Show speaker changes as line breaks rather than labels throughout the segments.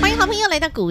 欢迎好朋友来到股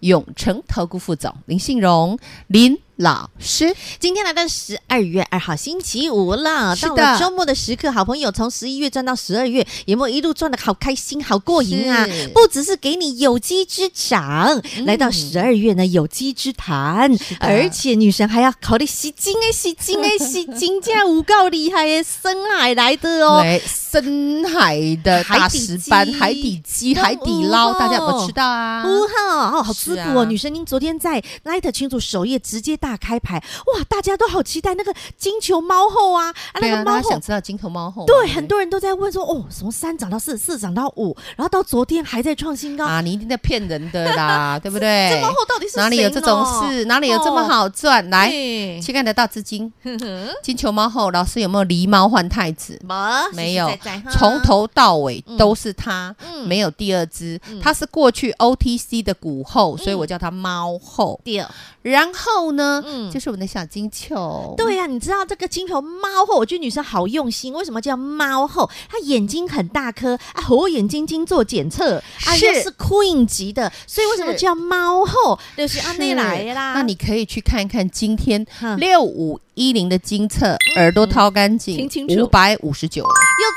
永诚投顾副总林信荣林老师，
今天来到十二月二号星期五了，
是
到
的
了周末的时刻，好朋友从十一月赚到十二月，有没有一路赚的好开心、好过瘾啊
是？嗯
不只是给你有机之长，来到十二月呢有机之谈，
的
而且女神还要考虑吸金哎，吸金哎，吸金，这样五够厉害哎，深海来的哦。
来深海的大石
海
斑、
底鸡
海底鸡、
嗯
海底捞，
哦
大家有没有吃到啊？
哦哈，哦，好
是
滋
啊
补哦！女神，您昨天在 Light 群组首页直接大开牌，哇，大家都好期待那个金球猫后啊，啊
对
那
啊，
个猫
大家
后
想。知道金头猫后，
对，很多人都在问说，哦，从三涨到四，四涨到五，然后到昨天还在创新高，
啊，你一定在骗人 的啦，对不对？
这猫后到底是
哪里有这种
哦
事？哪里有这么好赚？来，
来
去看得到资金，金球猫后，老师有没有狸猫换太子？
么
没有
实实在在哈
从头到尾
嗯
都是它，没有第二只，它是过去 OTC 的股
嗯
后，所以我叫它猫后。
掉。
然后呢
嗯，
就是我们的小金球，
对呀、你知道这个金头猫后，我觉得女生好用心。为什么叫猫后？它眼睛很大颗啊，火眼金睛做检测，啊，
是
又是 Queen 级的，所以为什么
是
叫猫后？就是
是，
安内来啦。
那你可以去看一看今天
哼
六五一零的金测，耳朵掏干净
听嗯清，楚啊
五百五十九，
又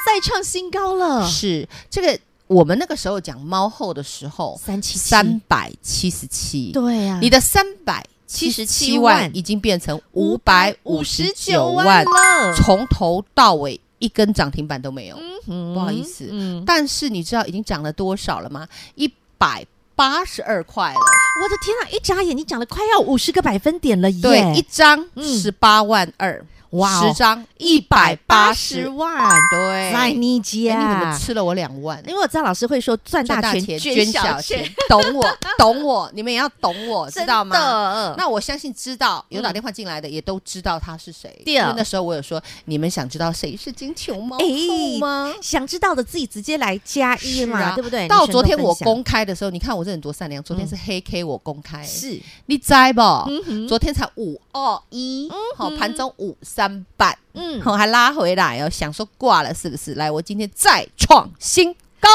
再创新高了，
是这个我们那个时候讲猫后的时候，
三七七
三百七十七，
对啊呀、
你的三百七十七
77
万
万
已经变成五百五十九万，
了，
从头到尾一根涨停板都没有。
不
不好意思
嗯，
但是你知道已经涨了多少了吗？一百八十二块了。
我的天啊，一眨眼你涨了快要五十个百分点了耶！
对，一张
嗯
十八万二，
哇哦
十张一百八
180
十，
万，
对。
在
哎
你
你怎
家
么。吃了我两万？
因为我知道老师会说赚
赚
大
大
钱
钱捐小钱，， 懂我，懂我，你们也要懂 我，知道吗？
那
那我相信知道有打电话进来的，也都知道他是谁。
嗯对哎
因为那时候我有说，你们想知道谁是金球猫后吗？
想知道的自己直接来加一嘛，
是啊
对不对？
到昨天我
公
公开的时候，你看我这人多善良。昨天是黑 K，我公开，
是
你栽不？
嗯哼
昨天才五二一，好，盘中五三八，
嗯，
好，还拉回来哦。想说挂了是不是？来，我今天再创新高。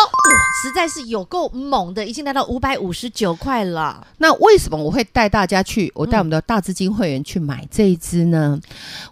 实在是有够猛的，已经来到五百五十九块了。
那为什么我会带大家去？我带我们的大资金会员去买这一支呢？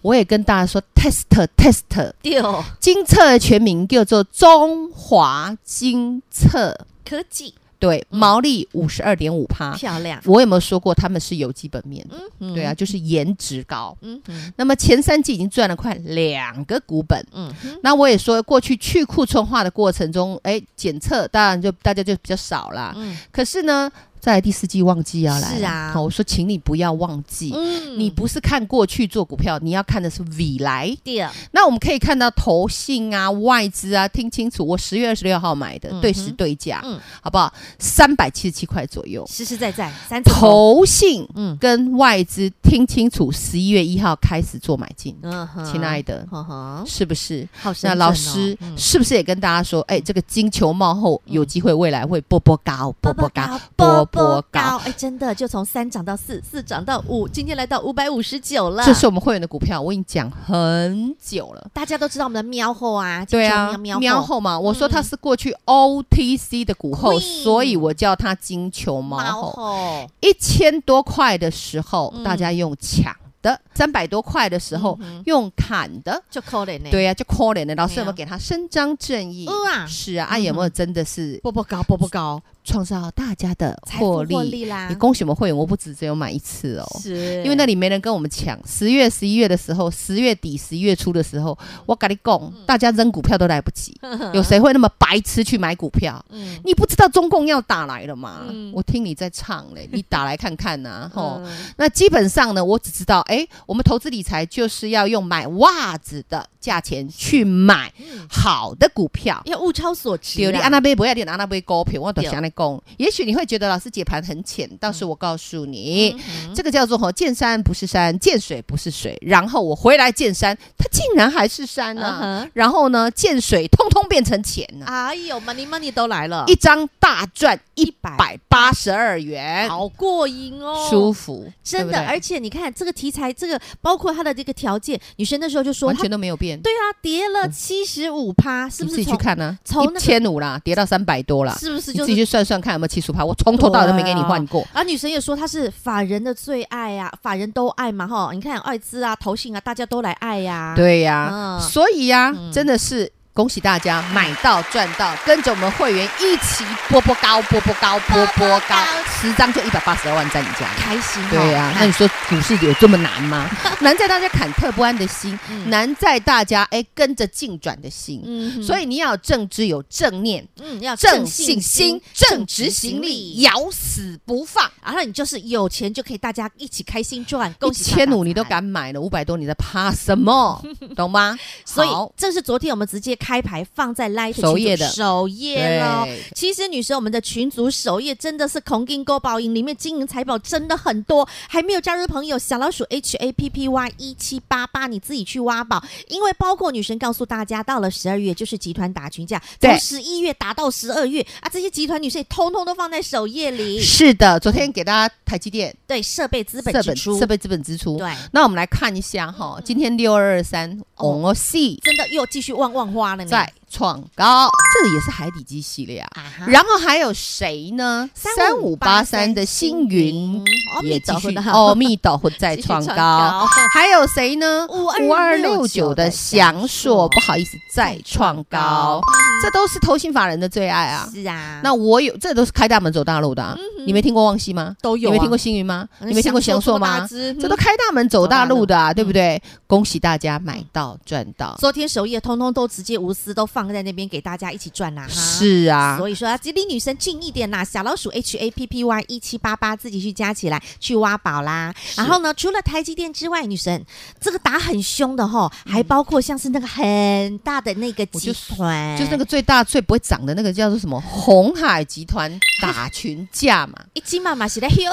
我也跟大家说，test test，
丢
金策的全名叫做中华金策，
科技
对，
嗯
毛利五十二点五趴。
漂亮，
我有没有说过他们是有基本面的？
嗯
啊对啊，，就是颜值高。
嗯哼
那么前三季已经赚了快两个股本。
嗯哼，
那我也说，过去去库存化的过程中，哎，检测当然就大家就比较少啦。
嗯
可是呢，再来第四季旺季要来了，
是啊
好，我说请你不要忘记。啊
嗯
你不是看过去做股票，你要看的是未来。
丢
那我们可以看到投信啊、外资啊，听清楚，我十月二十六号买的，
嗯哼
对时对价，
嗯
好不好？三百七十七块左右。
实实在在三字头，
投信
嗯
跟外资听清楚，十一月一号开始做买进，
嗯哼
亲爱的，
呵呵，
是不是？
好神
那
准哦，
老师
嗯
是不是也跟大家说，哎，这个金球帽后有机会未来会波波高，波波高，波
波
波
波
高
高，，哎，真的就从三涨到四，四涨到五，今天来到五百五十九了。
这是我们会员的股票，我已经讲很久了。
大家都知道我们的喵后啊，
对啊，
金球喵
喵
后
后嘛，我说它是过去 OTC 的股后，
Queen
所以我叫它金球猫
猫
后。
后，
一千多块的时候，
嗯
大家用抢的；三百多块的时候，
嗯哼
用砍的。
就扣脸呢。
对呀、啊，就可怜的老师
对啊
有没有给他伸张正义？
嗯啊
是啊，啊有没有真的是
波波高，波波高，
创造大家的
财富
获
获
利。
利啦
你，恭喜我们会员，我不止只有买一次哦。
是
因为那里没人跟我们抢。十月、十一月的时候，十月底、十一月初的时候，我跟你
嗯
讲，大家扔股票都来不及， 有谁会那么白痴去买股票？
嗯
你不知道中共要打来了吗？
嗯
我听你在唱嘞，你打来看看呐、吼。
嗯
那基本上呢，我只知道，哎，我们投资理财就是要用买袜子的价钱去买好的股票。
要物超所值
对，
嗯啊，
你安那杯不要你安那杯高票，我都
对
想来讲。也许你会觉得老师解盘很浅，但是我告诉你，
嗯
这个叫做吼见山不是山，见水不是水。然后我回来见山，它竟然还是山呢、
嗯哼
然后呢，见水通通变成钱呢、
哎呦，money money 都来了，
一张大赚一
100
百八十二元，
好过瘾哦，
舒服，
真的，
对不对
而且你看这个题材，这个包括它的这个条件，女生那时候就说
完
她
全都没有变。
对啊，跌了七十五趴，是不是
你自己去
从？
看呢、
从那
一
个
千五啦，跌到三百多啦，
是不是
你
就
自
是啊
己去算算看有没有七十趴。我从头到尾都没给你换过。
而女神也说她是法人的最爱啊，法人都爱嘛哈。你看艾滋啊、投信啊，大家都来爱呀、，
对啊呀、
嗯
所以呀、
嗯
真的是恭喜大家买到赚到，跟着我们会员一起波波高，波波高，波波高，十张就一百八十二万在你家。
开心、哦。
对呀、啊那你说股市有这么 难吗？难在大家忐忑不安的心，
嗯
难在大家哎跟着进转的心。
嗯哼
所以你要有正知，有正念，
嗯要
正信心，正执行力，
呀。
咬死不放。
然啊后你就是有钱就可以大家一起开心赚，恭喜
一千
发
五
大
你都
财。
敢买了，五百多你在怕什么？懂吗？
所以
好
这是昨天我们直接开牌放在 Light
首页的
首页喽。
对
其实女神我们的群组首页真的是孔金勾宝营，里面金银财宝真的很多，还没有加入的朋友，小老鼠 H A P P Y 一七八八，你自己去挖宝，因为包括女神告诉大家，到了十二月就是集团打群架，从
对
十一月打到十二月啊，这些集团女神也通通都放在首页 里，
是的，昨天给大家台积电
对设备资本
设
支出
设，备资本支出。
对，嗯
那我们来看一下哈，今天六二二三
哦
红系
真的又继续旺旺花了呢，
再创高，这个也是海底鸡系列啊。
啊哈。
然后还有谁呢？三五八三的星云
哦
也
密
继
走
续
的
哦，密斗会再
继续
创
创
高
高。
还有谁呢？
5269
5269
的
的
翔
翔
硕
硕，不好意思，再创高，这都是投信法人的最爱啊。
是啊，嗯
那我有，这都是开大门走大路的啊。你没听过旺西吗？
都
你没听过星云吗？啊你没听过翔硕吗？这
嗯这
都
都
开大门走大路的啊，对不
嗯
对？恭喜大家买到赚到，
昨天首页通通都直接无私都放在那边给大家一起赚啦、哈。
是啊，
嗯所以说啊，吉利女神近一点啦，小老鼠 H A P P Y 一七八八自己去加起来去挖宝啦。然后呢，除了台积电之外，女神这个打很凶的吼，
嗯
还包括像是那个很大的那个
我
集
就
团，
就是那个最大最不会涨的那个叫做什么红海集团打群架嘛。
一斤妈妈写的哟，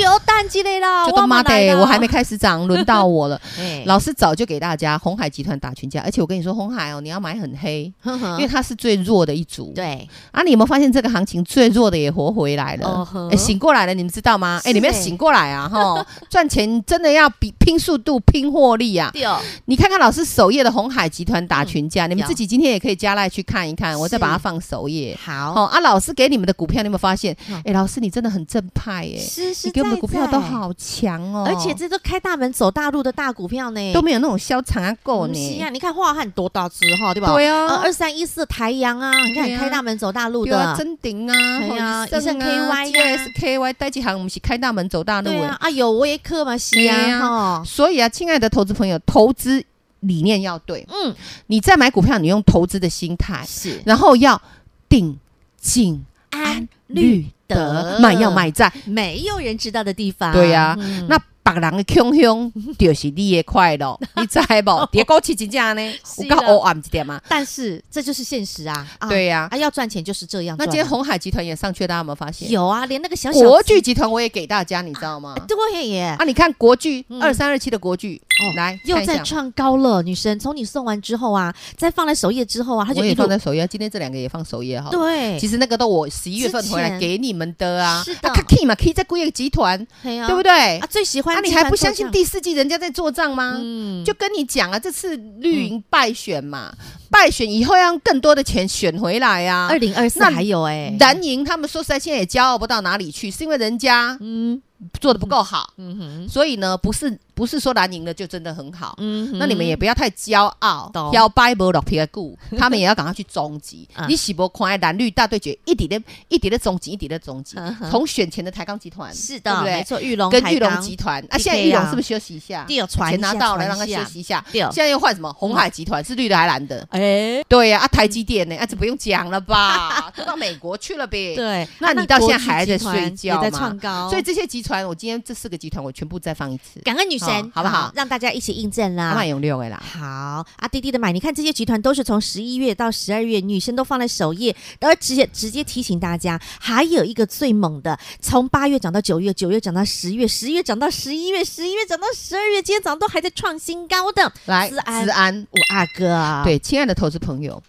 哟蛋之类啦，
就他妈的
哦我也没来，到
我还没，开 始涨，轮到我了。
哎
老师早就给大家红海集团打群架，而且我跟你说，红海哦，你要买很黑，
呵呵
因为它是最弱的一组。
嗯对，
啊，你有没有发现这个行情最弱的也活回来了？
哦呵
哎，醒过来了，你们知道吗？哎，
是
你们要
欸
醒过来 啊！哈，赚钱真的要比拼速度、拼获利啊！
对哦，
你看看老师首页的红海集团打群架，你们
有
自己今天也可以加赖去看一看，我再
是
把它放首页。
好，
哦啊，老师给你们的股票，你有没有发现
嗯？
哎，老师你真的很正派耶！
是是，
你给我们的股票
在。
都好强哦，
而且这都开大门走大路的大股票呢，
都没有那种消长啊够
不是啊！
呢。
你看华汉多大只哈，对吧？
对
啊，
啊，
二三一四台阳啊，你看
对啊
开大门走大路
对啊，
的，
真顶啊，
对啊
好胜
一胜 KY 呀
GS KY 带几行，我们是开大门走大路
对啊
哎。，
啊有维克嘛，是
对
啊
啊
哈，
所以啊，亲爱的投资朋友，投资理念要对。
嗯，
你在买股票，你用投资的心态，
是
然后要定静安律
德
德，买要买在。
没有人知道的地方，
对啊
嗯
那别人的穷凶就是你的快 乐，你知无？跌股市真正呢，
是
有
的
够黑暗一点嘛？
但是这就是现实啊，啊
对呀。
啊，要赚钱就是这样
那
赚啊，
今天红海集团也上去，大家有没有发现？
有啊，连那个小小
国
资
巨集团我也给大家，你知道吗？
对耶，
啊，你看国巨
嗯
二三二七的国巨
哦，
来
又
看一
在
下，
创高了，女生从你送完之后啊，再放在首页之后啊，它就
我
一
也
路
放在首页，今天这两个也放首页哈。，
对，
其实那个都我十一月份回
哎之前
来给你们的啊，
是的
啊，Key 嘛，Key 在贵业集团，
对啊
对不对
啊，？最喜欢
啊，你
集
还
团
不
做
相信
账
第四季人家在做账吗？
嗯，
就跟你讲啊，这次绿营败选嘛，败选以后要用更多的钱选回来啊
二。零二四
那
还有哎，
蓝营他们说实在现在也骄傲不到哪里去，是因为人家
嗯
做的不够好，
嗯哼，
所以呢，不是不是说蓝营的就真的很好。
嗯哼
那你们也不要太骄傲
懂，
要掰不落屁 股，他们也要赶快去终极
啊。
你喜不看蓝绿大对决，一底的，一底的终极，一底的终极
嗯哼，
从选前的台钢集团
是
对
的，
不对
没错，玉龙
跟
抬
玉龙
杠
集团
PK
啊，现在玉龙
啊
是不是休息一下？
对传
钱
一
拿
下
到了，
传
让他
一下
休息一下。
对啊嗯
现在又换什么？红海集团是绿的还蓝的？
哎，
对呀，啊，台积电呢？啊，这不用讲 了吧？都到美国去了呗。
对，啊
那你到现在还在睡觉
也在
吗
创高，
所以这些集团，我今天这四个集团我全部再放一次，
感恩女神
哦，好不好
让大家一起印证啦
阿。曼有六个啦。
好啊，滴滴的买，你看这些集团都是从十一月到十二月，女生都放在首页，而直接直接提醒大家，还有一个最猛的，从八月涨到九月，九月涨到十月，十月涨到十一月，十一月涨到十二月，今天早上都还在创新高的
来，
资安
资安，
五阿哥，，
对，亲爱的投资朋友，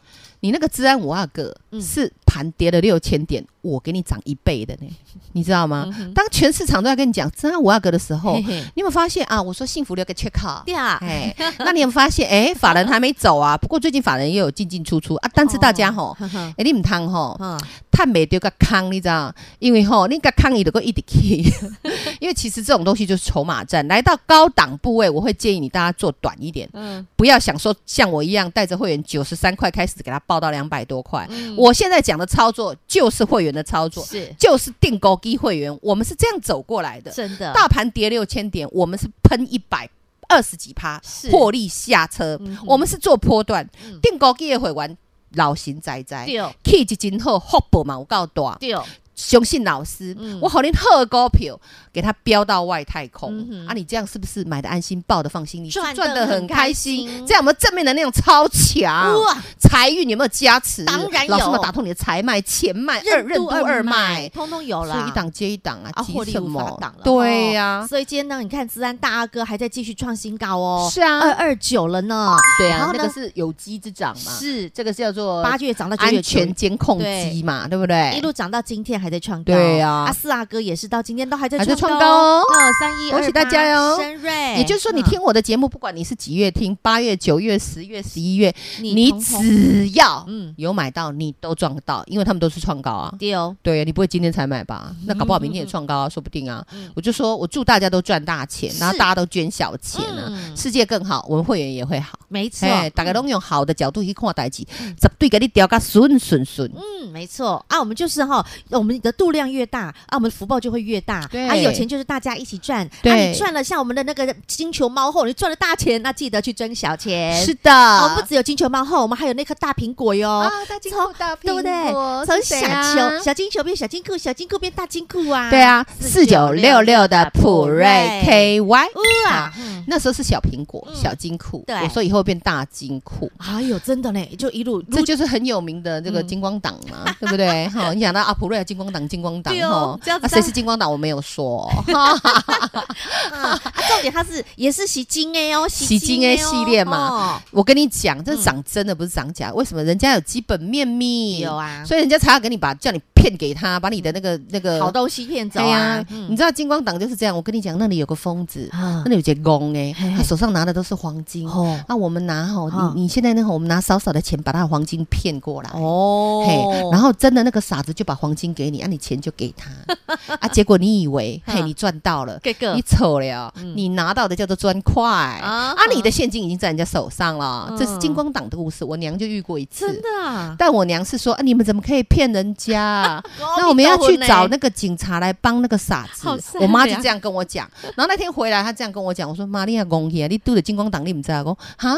你那个资安五二个
嗯
是盘跌了六千点，我给你涨一倍的 呢，你知道吗？当全市场都在跟你讲资安五二个的时候，
嗯嘿
你
嘿，
有没有发现啊？我说幸福留个缺口。
对啊，
哎，那你有没有发现？哎，法人还没走啊。不过最近法人也有进进出出啊。但是大家吼，
呵呵
哎，你唔通吼，
嗯，
探美丢个坑，你知道？因为吼，你个坑你都够一直去， 因为其实这种东西就是筹码战。来到高档部位，我会建议你大家做短一点，
嗯
不要想说像我一样带着会员九十三块开始给他报到两百多块。我现在讲的操作就是会员的操作，
嗯是
就是定高低会员，我们是这样走过来的。
真的，
大盘跌六千点，我们是喷一百二十几趴
是，
获利下车。
嗯哼
我们是做波段
嗯，啊
定高低的会员老型仔仔。
丢
气质真好，福报嘛有够大，
丢，
相信老师，
嗯
我好恁好的股票给它飙到外太
嗯
空、
哼
啊！你这样是不是买的安心，抱的放心？你
赚得
得
很
很
开
开心，
心
这样我们正面能量超强，
哇，
财运有没有加持？
当然有
老师们打通你的财脉、钱脉、二任督二脉，
通通有
所
啦，
以一档接一档啊，
啊，
急
获利
什
无法
么
挡了。
对
哦
呀、
所以今天呢，你看资安大阿哥还在继续创新高哦，
是啊
二二九了呢，
对
然
啊
后，呢
那个是有机之长嘛，
是
这个叫做
八月涨到九月
安
九
全
月，
监控
对
机嘛，对不对？
一路涨到今天还在创高，
对啊
四阿哥也是到今天都还在
还在
创
创高哦
二三一，
恭喜大家哟
深瑞，
也就是说，你听我的节目，不管你是几月听，八月、九月、十月、十一月，
嗯
你
通通
只要
嗯
有买到，你都赚得到，因为他们都是创高啊。
丢
对啊，你不会今天才买吧？那搞不好明天也创高啊，说不定啊
嗯。
我就说我祝大家都赚大钱，
是
然后大家都捐小钱啊，
嗯，
世界更好，我们会员也会好。
没错，
哎，大家都用好的角度去看待己，绝对给你调个顺顺顺。
嗯，没错啊，我们就是哈，我们的度量越大啊，我们的福报就会越大。
对
啊，有钱就是大家一起赚。啊，
对
你赚了像我们的那个金球猫后，你赚了大钱，那记得去捐小钱。
是
啊，我们
的
不，只有金球猫后，我们还有那颗大苹果哟。
啊，大金库大
对不
苹
对？
果，
从
是
小
谁
球、
啊
小金球变小金库，小金库变大金库啊！
对，啊，四九六六的普瑞啊
普
KY，
哇
好，那时候是小苹果、
嗯
小金库，
对
我说以后变大金库。
哎呦，真的嘞，就一路
这就是很有名的这个
嗯
金光党嘛，对不对？哈，你想到阿普瑞的金光党，金光党
对哦
哈
这样，子
啊谁是金光党？我没有说哦，哈
啊，啊重点它是也是洗金 A 哦，
洗金 A 系列
嘛，
我跟你讲，
嗯
这是涨真的，不是涨假。为什么人家有基本面密？
有啊，
所以人家才要给你把叫你骗给他，把你的那个那个
好东西骗走
对
啊
哎呀，，
嗯
你知道金光党就是这样。我跟你讲，那里有个疯子，
啊
那里有些公哎
嘿，嘿
他手上拿的都是黄金。
哦
啊，我们拿吼，
啊
你你现在那个，我们拿少少的钱把他的黄金骗过来。
哦
嘿，然后真的那个傻子就把黄金给你，啊，你钱就给 他，啊，结果你以为，嘿，你赚到了，
这个
你丑了
嗯，
你拿到的叫做砖块，啊，
啊嗯
你的现金已经在人家手上了，这是金光党的故事，我娘就遇过一
真
次，
的啊，
但我娘是说，啊，你们怎么可以骗人家？那
哦
我们要去
你懂
找。
嘞
那个警察来帮那个傻子
好啊善，良
我妈就这样跟我讲。然后那天回来，她这样跟我讲，我说：“妈，你啊戆去啊，你拄着金光党，你唔知啊？”讲哈， 啊我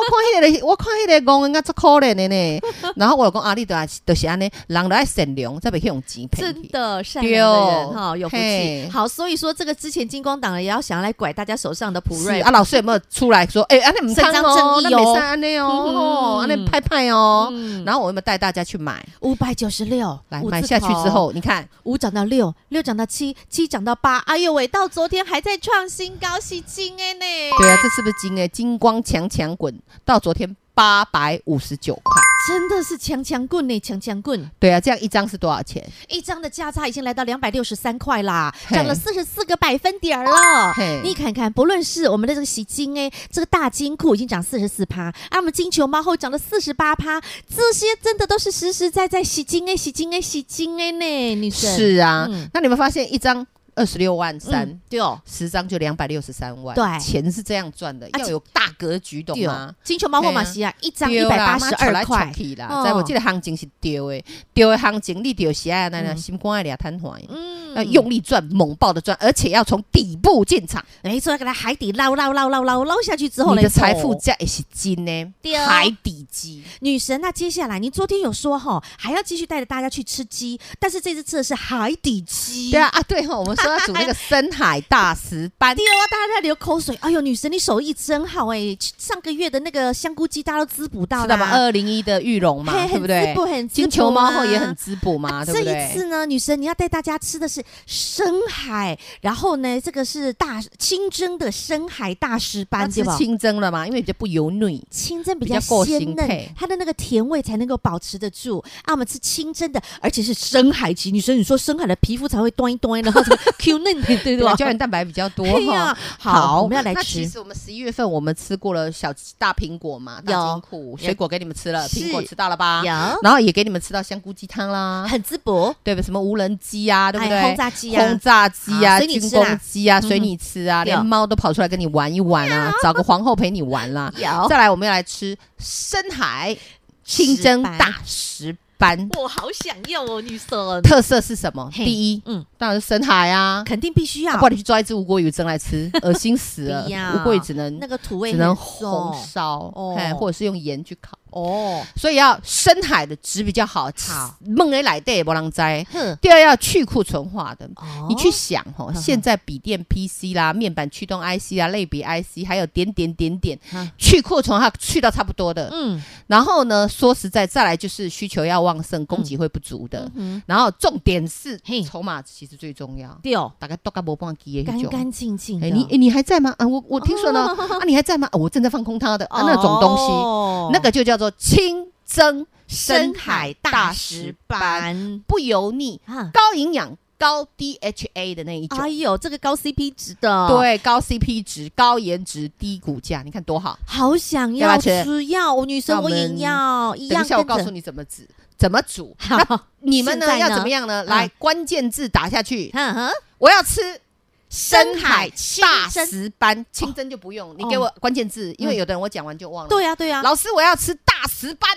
看迄、个，我看迄个戆人啊，足可怜的呢。 然后我就讲啊，你都啊，就是安尼，人都爱善良，才袂去用钱骗
真
去。
的善良的人
对
哈、有福气。
嘿
好，所以说这个之前金光党的也要想要来拐大家手上的普
是
瑞
啊，老师有没有出来说？哎、安尼唔通
伸张
哦，
正
那
义哦
没安尼
嗯
哦，安尼拍拍哦。然后我有没有带大家去买？
五百九十六，
来
五
买
字
下去之
头，
后，你看
五涨到六，六涨到七，七涨到八，哎呦喂，到昨天还在创新高，喜金哎呢，
对啊，这是不是金哎？金光强强滚到昨天八百五十九块。
真的是强强棍呢，强强棍，
对啊，这样一张是多少钱？
一张的价差已经来到两百六十三块啦，
嘿
涨了四十四个百分点儿了
嘿。
你看看，不论是我们的这个洗金哎，这个大金库已经涨四十四趴，啊，我们金球猫后涨了四十八趴，这些真的都是实实在在洗金哎，洗金哎，洗金哎呢，女神。
是啊，
嗯
那你们发现一张二十六万三、啊
嗯对哦，
十张就两百六十三万，
对
钱是这样赚的，
啊
要有大格局，懂
对哦
吗？，
金球猫或马西亚一张一百八十二块，
去啊啦！
哦
在我这个行情是对的，对的行情你就是爱那那
嗯
心肝爱俩瘫痪，
嗯
要哎用力赚，猛爆的赚，而且要从底部进场，
没错，给它海底捞捞捞捞捞捞下去之后嘞，
你的财富
哦
价也是金呢
对哦，
海底鸡。
女神，那接下来您昨天有说哈，还要继续带着大家去吃鸡，但是这次吃的是海底鸡。
对啊，啊对哈，我们说要煮那 个深海大石斑
对，啊，大家在流口水。哎呦，女神你手艺真好哎、上个月的那个香菇鸡大家都滋补到
知道吧？
啦，
二零一的玉龙呃嘛，
嘿
对不
很滋补？
对
很滋补
金球猫后也
啊
很滋补嘛，对
这
不
一
对？
次呢，女神你要带大家吃的是深海，然后呢，这个是大清蒸的深海大石
它
斑，对
吃
吧？
清蒸了嘛，因为比较不油腻。
清蒸比
比
较
较够
鲜
腥
嫩
配，
它的那个甜味才能够保持得住啊！我们吃清蒸的，而且是深海级。女生，你说深海的皮肤才会端一端，然后这个 Q 嫩的，对
对
吧
吧？？胶原蛋白比较多
对
哈
呀。，好，我们要来
那其
吃。
实我们十一月份我们吃过了小大苹果嘛，大
有
金库水果给你们吃了，
是
苹果吃到了吧？
有
然后也给你们吃到香菇鸡汤啦，
很滋补，
对吧？什么无人机啊，对不
哎
对
轰？炸机啊
轰，炸机
啊
啊，
随你
军
吃啦嗯
工机啊，
哼哎
随你吃啊，
有
连猫都跑出来跟你玩一玩啊，找个皇后陪你玩啦。
有
再来，我们要来吃深海清蒸
石斑
大石斑，
我好想要哦，女神。
特色是什么？
嘿
第一，
嗯，
当然是深海啊，
肯定必须要
不然你去抓一只乌龟鱼蒸 来吃，恶心死了
不要。
乌龟鱼只能
那个土味
只
很
能
重
红烧，
哦
哎，或者是用盐去烤，
哦，
所以要深海的值比较好。
好，
梦里来的也不能摘。
哼，
第二要去库存化的。
哦
你去想哦，
呵
现在笔电 PC 啦、面板驱动 IC 啦、类比 IC，还有点点点点
嗯，
去库存化去到差不多的。
嗯
然后呢，说实在，再来就是需求要旺盛，供给会不足的。
嗯，
然后重点是
嘿
筹码其实最重要，
掉
大概多干不半基的那
干
种。
干净净哦的。
哎，你哎你还在吗？啊，我我听说呢，啊你还在吗？啊我正在放空它的啊那种东西，
哦
那个就叫做清蒸
深海大石
斑，
斑
不油腻，
啊，
高营养、高 DHA 的那一
哎
种。
呦，这个高 CP 值的，，
对，高 CP 值、高颜值、低骨架，你看多好！
好想
要
要
不要吃
吃，要女生
那我
我
们
也要，一
等
样
一下，我
跟
告诉
着。
你怎么煮，怎么煮。
好，
你们
现在
呢
呢
要怎么样呢？来，关键字打下去，
嗯哼，
我要吃深海
清
大
蒸
石斑，清蒸就不用，你给我关键字，因为有的人我讲完就忘了。
对呀对呀，哦
老师，我要吃大石斑。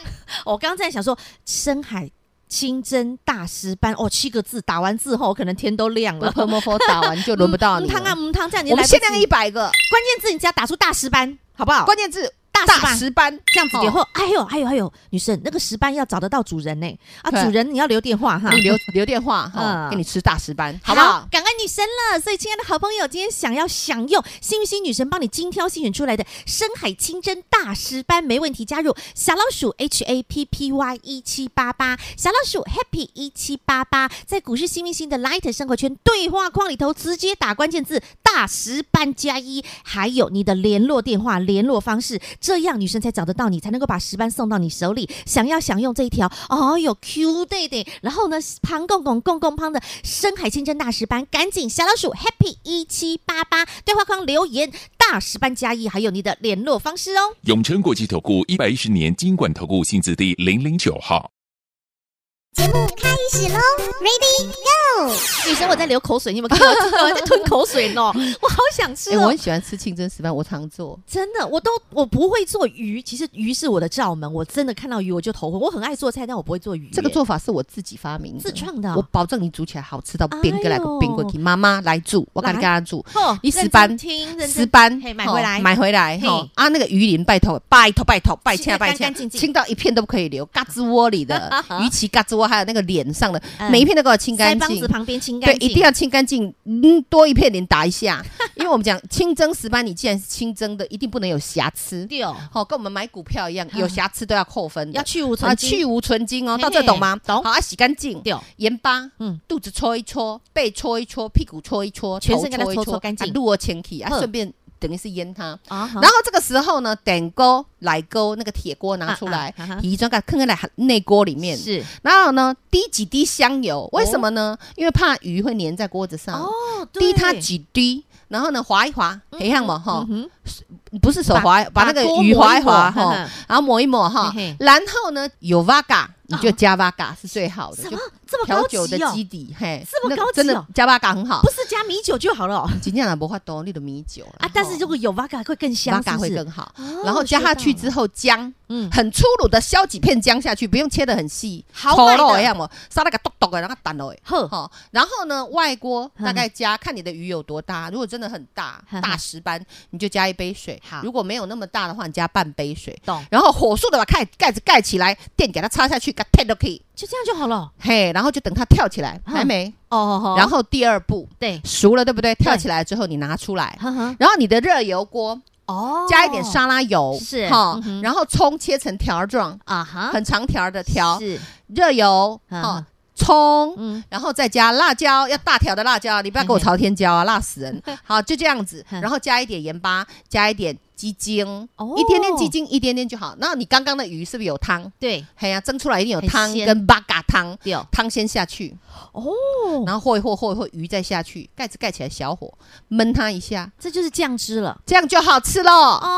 我刚刚在想说深海清蒸大师班哦，七个字打完字后，可能天都亮
我
了。
泼摸泼打完就轮不到
嗯
你
汤啊，
了。
嗯汤，这样你
我们限量一
一
百个，
关键字，你只要打出大师班，好不好？
关键字
大石
大
斑
石斑，
这样子以
哦
后，哎呦哎呦哎呦，女生那个石班要找得到主人呢啊，
对
主人你要留电话哈，
你留留电话
嗯，
哈给你吃大石斑，好不好？
感恩女神了，所以亲爱的好朋友，今天想要享用幸运星女神帮你精挑细选出来的深海清蒸大师班，没问题，加入小老鼠 H A P P Y 一七八八，小老鼠 Happy 一七八八，在股市幸运星的 Light 生活圈对话框里头直接打关键字“大师班加一”，还有你的联络电话、联络方式，这样女生才找得到你，才能够把石斑送到你手里。想要享用这一条，哦有 Q 对对，然后呢，胖公公公公胖的深海清蒸大石斑，赶紧小老鼠 Happy 一七八八对话框留言大石斑加一，还有你的联络方式哦。
永诚国际投顾一百一十年金管投顾新字第零零九号。
女生，我在流口水，你有没有看到？真的我在吞口水 呢，我好想吃
哎，我
哦
很。喜欢吃清蒸石斑，我常做。
真的，我都我不会做鱼，其实鱼是我的罩门。我真的看到鱼我就头昏。我很爱做菜，但我不会做鱼耶。
这个做法是我自己发明的，
自创的哦
我保证你煮起来好吃到变个来
哎呦
个变过去。妈妈来煮，我跟你
来
跟她煮。
哦，
你石
认真
斑
听认真
石斑
嘿买回来
哦买回来
嘿
哈啊，那个鱼鳞拜托拜托拜托拜
清
歉
得
拜
干
歉
干净，净
清到一片都不可以留，嘎吱窝 里的鱼鳍嘎吱窝，还有那个脸上的
嗯
每一片都给我清
腮
干
帮
净
子。旁边清干
对，
净，
一定要清干净，嗯，多一片脸打一下， 因为我们讲清蒸石斑，你既然是清蒸的，一定不能有瑕 疵。
丢，
好、跟我们买股票一样，
嗯
有瑕疵都要扣分的，
要去无存
啊
精
去无存金哦，
嘿
到这懂吗？
懂
好，啊，洗干净，
丢
盐巴，
嗯
嗯，肚子搓一搓，背搓一搓，屁股搓一搓，
全
头
身给它搓搓干净
啊入我前体啊，
嗯
顺便等于是腌它。
啊哈
然后这个时候呢，点锅、来锅那个铁锅拿出来
啊啊啊哈，
皮装给它坑在内锅里面，
是
然后呢，滴几滴香油，为什么呢？因为怕鱼会粘在锅子上，
哦，对
嗯滴它几滴，然后呢划一划，培养嘛哈，
嗯哼
不是手划，把那个鱼划一划哈，然后抹一抹哈
嘿嘿，啊
然后呢有 v a g a 你就加巴嘎是最好的，
什
就
么这么
调
高
酒的
级哦
基？底，嘿，
这么
那
高级
真的
哦
加巴嘎很好
不。是加米酒就好了哦
今天啊来不法多，你的米酒啦
啊！但是
吼
如果有 v 嘎会更香，
巴哦嘎
是不
会
是
更好。
哦
然后加下去
学到了
之后姜，
嗯
很粗鲁的削几片姜下去，不用切得很细，
豪
粗
迈的
肉一样哦，烧那个剁剁的，然后蛋落去。
呵
好，然后呢，外锅
嗯
大概加看你的鱼有多大，如果真的很 大
嗯，
大石斑，你就加一杯水；
好
如果没有那么大的话，你加半杯水。
懂，
然后火速的把盖盖子盖起来，电给它插下去，给它贴都可以。
就这样就好了。
嘿，然后就等它跳起来，
嗯
还没。
哦，
然
后
后第二步
对，
熟了，对不对？跳起来之后你拿出来，
呵呵，
然后你的热油锅
哦，
加一点沙拉油，
是
哈
嗯哼，
然后葱切成条状，
啊哈，
很长条的条，
是，
热油，
嗯
哈，葱，
嗯，
然后再加辣椒，要大条的辣椒，你不要给我
嘿嘿
朝天椒啊，辣 死人。好，就这样子，
嗯
然后加一点盐巴，加一点鸡精
哦，
一点点鸡精，一点点就好。那你刚刚的鱼是不是有汤？
对，
嘿呀，蒸出来一定有
很
汤
鲜
跟八嘎汤，
对，
汤先下去，
哦，
然后和一和和一和鱼再下去，盖子盖起来，小火焖它一下，
这就是酱汁了。
这样就好吃喽，
哎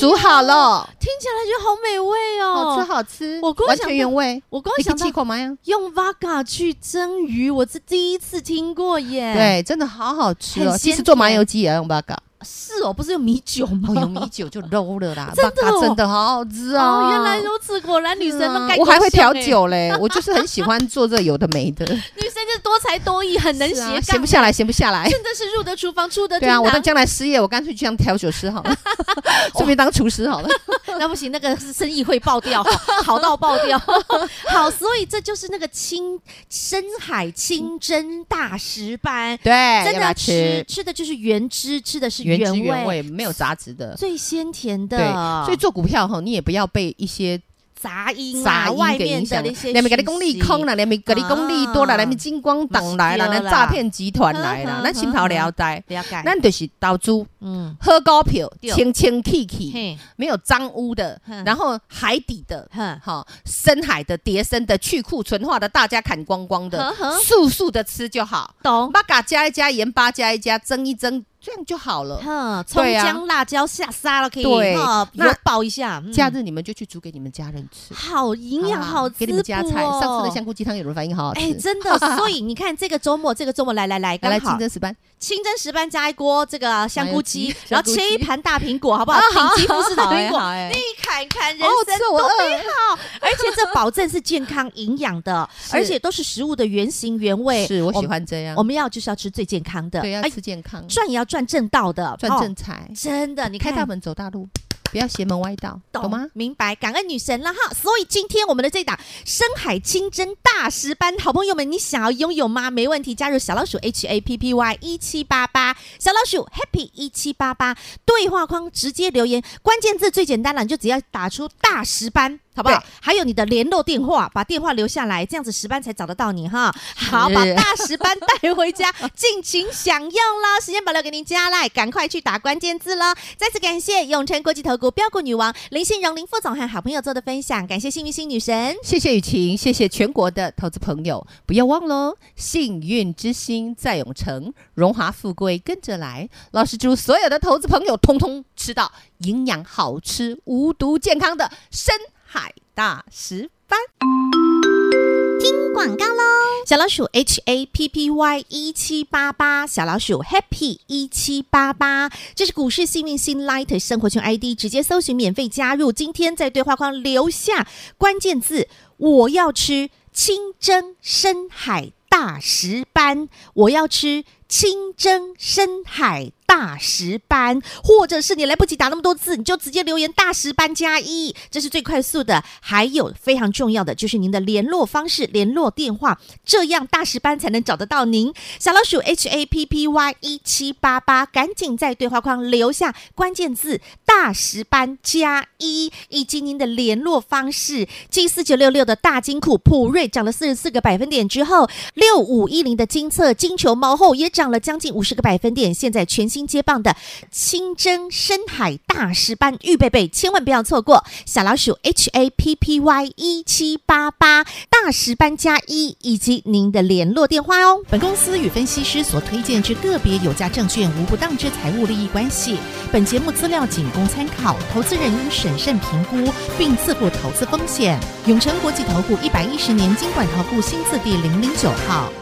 呦，
煮好了，
听起来就好美味哦，
好吃好吃，
我光
完
想
全
到
原味。
我刚
你可以
想
吃
到
口吗呀？
用 v 嘎去蒸鱼，我是第一次听过耶。，
对，真的好好吃哦。
哎很
其
鲜
实做麻
甜
油鸡也要用八 嘎，
是哦，不是有米酒吗？
哦，有米酒就 low 了啦，
真的
八嘎
哦
真的好好吃
哦
啊！
原来如此，果然女生
是
都
啊
盖、
我还会调，酒嘞，我就是很喜欢做这有的没的，
哎女生就多才多艺，很 能
是
斜
啊
杠、
闲不下来，闲不下来。
真的是入得厨房，出得
对
厅
啊，
堂。
我到将来失业，我干脆去当调酒师 好了，顺便当厨师好了。
那不行，那个是生意会爆掉， 好到爆掉。 好，所以这就是那个清深海清蒸大石斑，
对，
真
哎要
的
不要
要
吃
吃吃的就是原汁，吃的是
原
原
汁
味，
原味，没有杂质的。
最鲜甜
对
的，。
所以做股票吼，你也不要被一些
杂音啊，
杂
外
音给
面
影
的
响
那些
两边给你功利空
了，
啦，两边给你功利多啦，
啊
两边金光党来啦，
嘛是
咱
对啦
诈骗集团来啦
呵，呵
咱心头了 解，
了解。
咱就是投资
嗯，
好股票，
对
清清气气，
嘿，
没有脏污的，
嗯
然后海底的。
哼，
哈、深海的、叠深的、去库存化的，大家砍光光的
呵，呵
速速的吃就好。
懂。
八嘎加一加，盐巴加一加，蒸一蒸，这样就好了。
哼，葱
对啊
姜辣椒下沙了，可以
对
哈
那
油爆一下。嗯
假日你们就去煮给你们家人吃，
好嗯营养，
不
好
给你们加
滋补
菜。
哦
上次的香菇鸡汤有人反应好好吃，
哎，真 的，所以你看这个周末，这个周末来来来，
来
刚
来清
好
蒸石斑。
清蒸石斑加一锅这个香菇
麻油
鸡
鸡，
然后
香菇
切
鸡啊
一盘大苹果，好不好？顶级富 士的苹果，
哎
你看看人
好好
生
吃我
多
饿
美好，而且这保证是健康营养 的，而且都是食物的原形原味。
是我喜欢这样
我，，我们要就是要吃最健康的，
对，要
哎
吃健康，
赚也要赚正道的，
赚
哦
正财，
真的，你
开
看
大门走大路，不要邪门歪道，懂吗？
明白，感恩女神了哈。所以今天我们的这档深海清蒸大师班，好朋友们，你想要拥有吗？没问题，加入小老鼠 H A P P Y 一七八八，小老鼠 Happy 一七八八，对话框直接留言，关键字最简单了，你就只要打出大师班。好不好
对？
还有你的联络电话，把电话留下来，这样子石斑才找得到你哈。好，
是
把大石斑带回家，尽情享用啦！时间保留给您加来，赶快去打关键字喽。再次感谢永诚国际投顾标股女王林信荣林副总和好朋友做的分享，感谢幸运星女神。
谢谢雨晴，谢谢全国的投资朋友，不要忘喽！幸运之星在永城，荣华富贵跟着来。老师祝所有的投资朋友通通吃到营养好吃、无毒健康的深海大石斑。
广告喽！小老鼠 H A P P Y 一七八八，小老鼠 Happy 一七八八，这是股市幸运星 Light 生活圈 ID，直接搜寻免费加入。今天在对话框留下关键字：我要吃清蒸深海大石斑，我要吃清蒸深海。大石斑，或者是你来不及打那么多字，你就直接留言大石斑加一，这是最快速的。还有非常重要的就是您的联络方式、联络电话，这样大石斑才能找得到您。小老鼠 H A P P Y 一七八八，赶紧在对话框留下关键字“大石斑加一”以及您的联络方式。继四九六六的大金库普瑞涨了四十四个百分点之后，六五一零的金策金球猫后也涨了将近五十个百分点，现在全新。
新接棒的清蒸深海大师班预备备，千万不要错过。小老鼠 H A P P Y 一七八八大师班加一以及您的联络电话哦。
本公司与分析师所推荐之个别有价证券无不当之财务利益关系。本节目资料仅供参考，投资人应审慎评估并自负投资风险。永诚国际投顾一百一十年经管投顾新字第零零九号。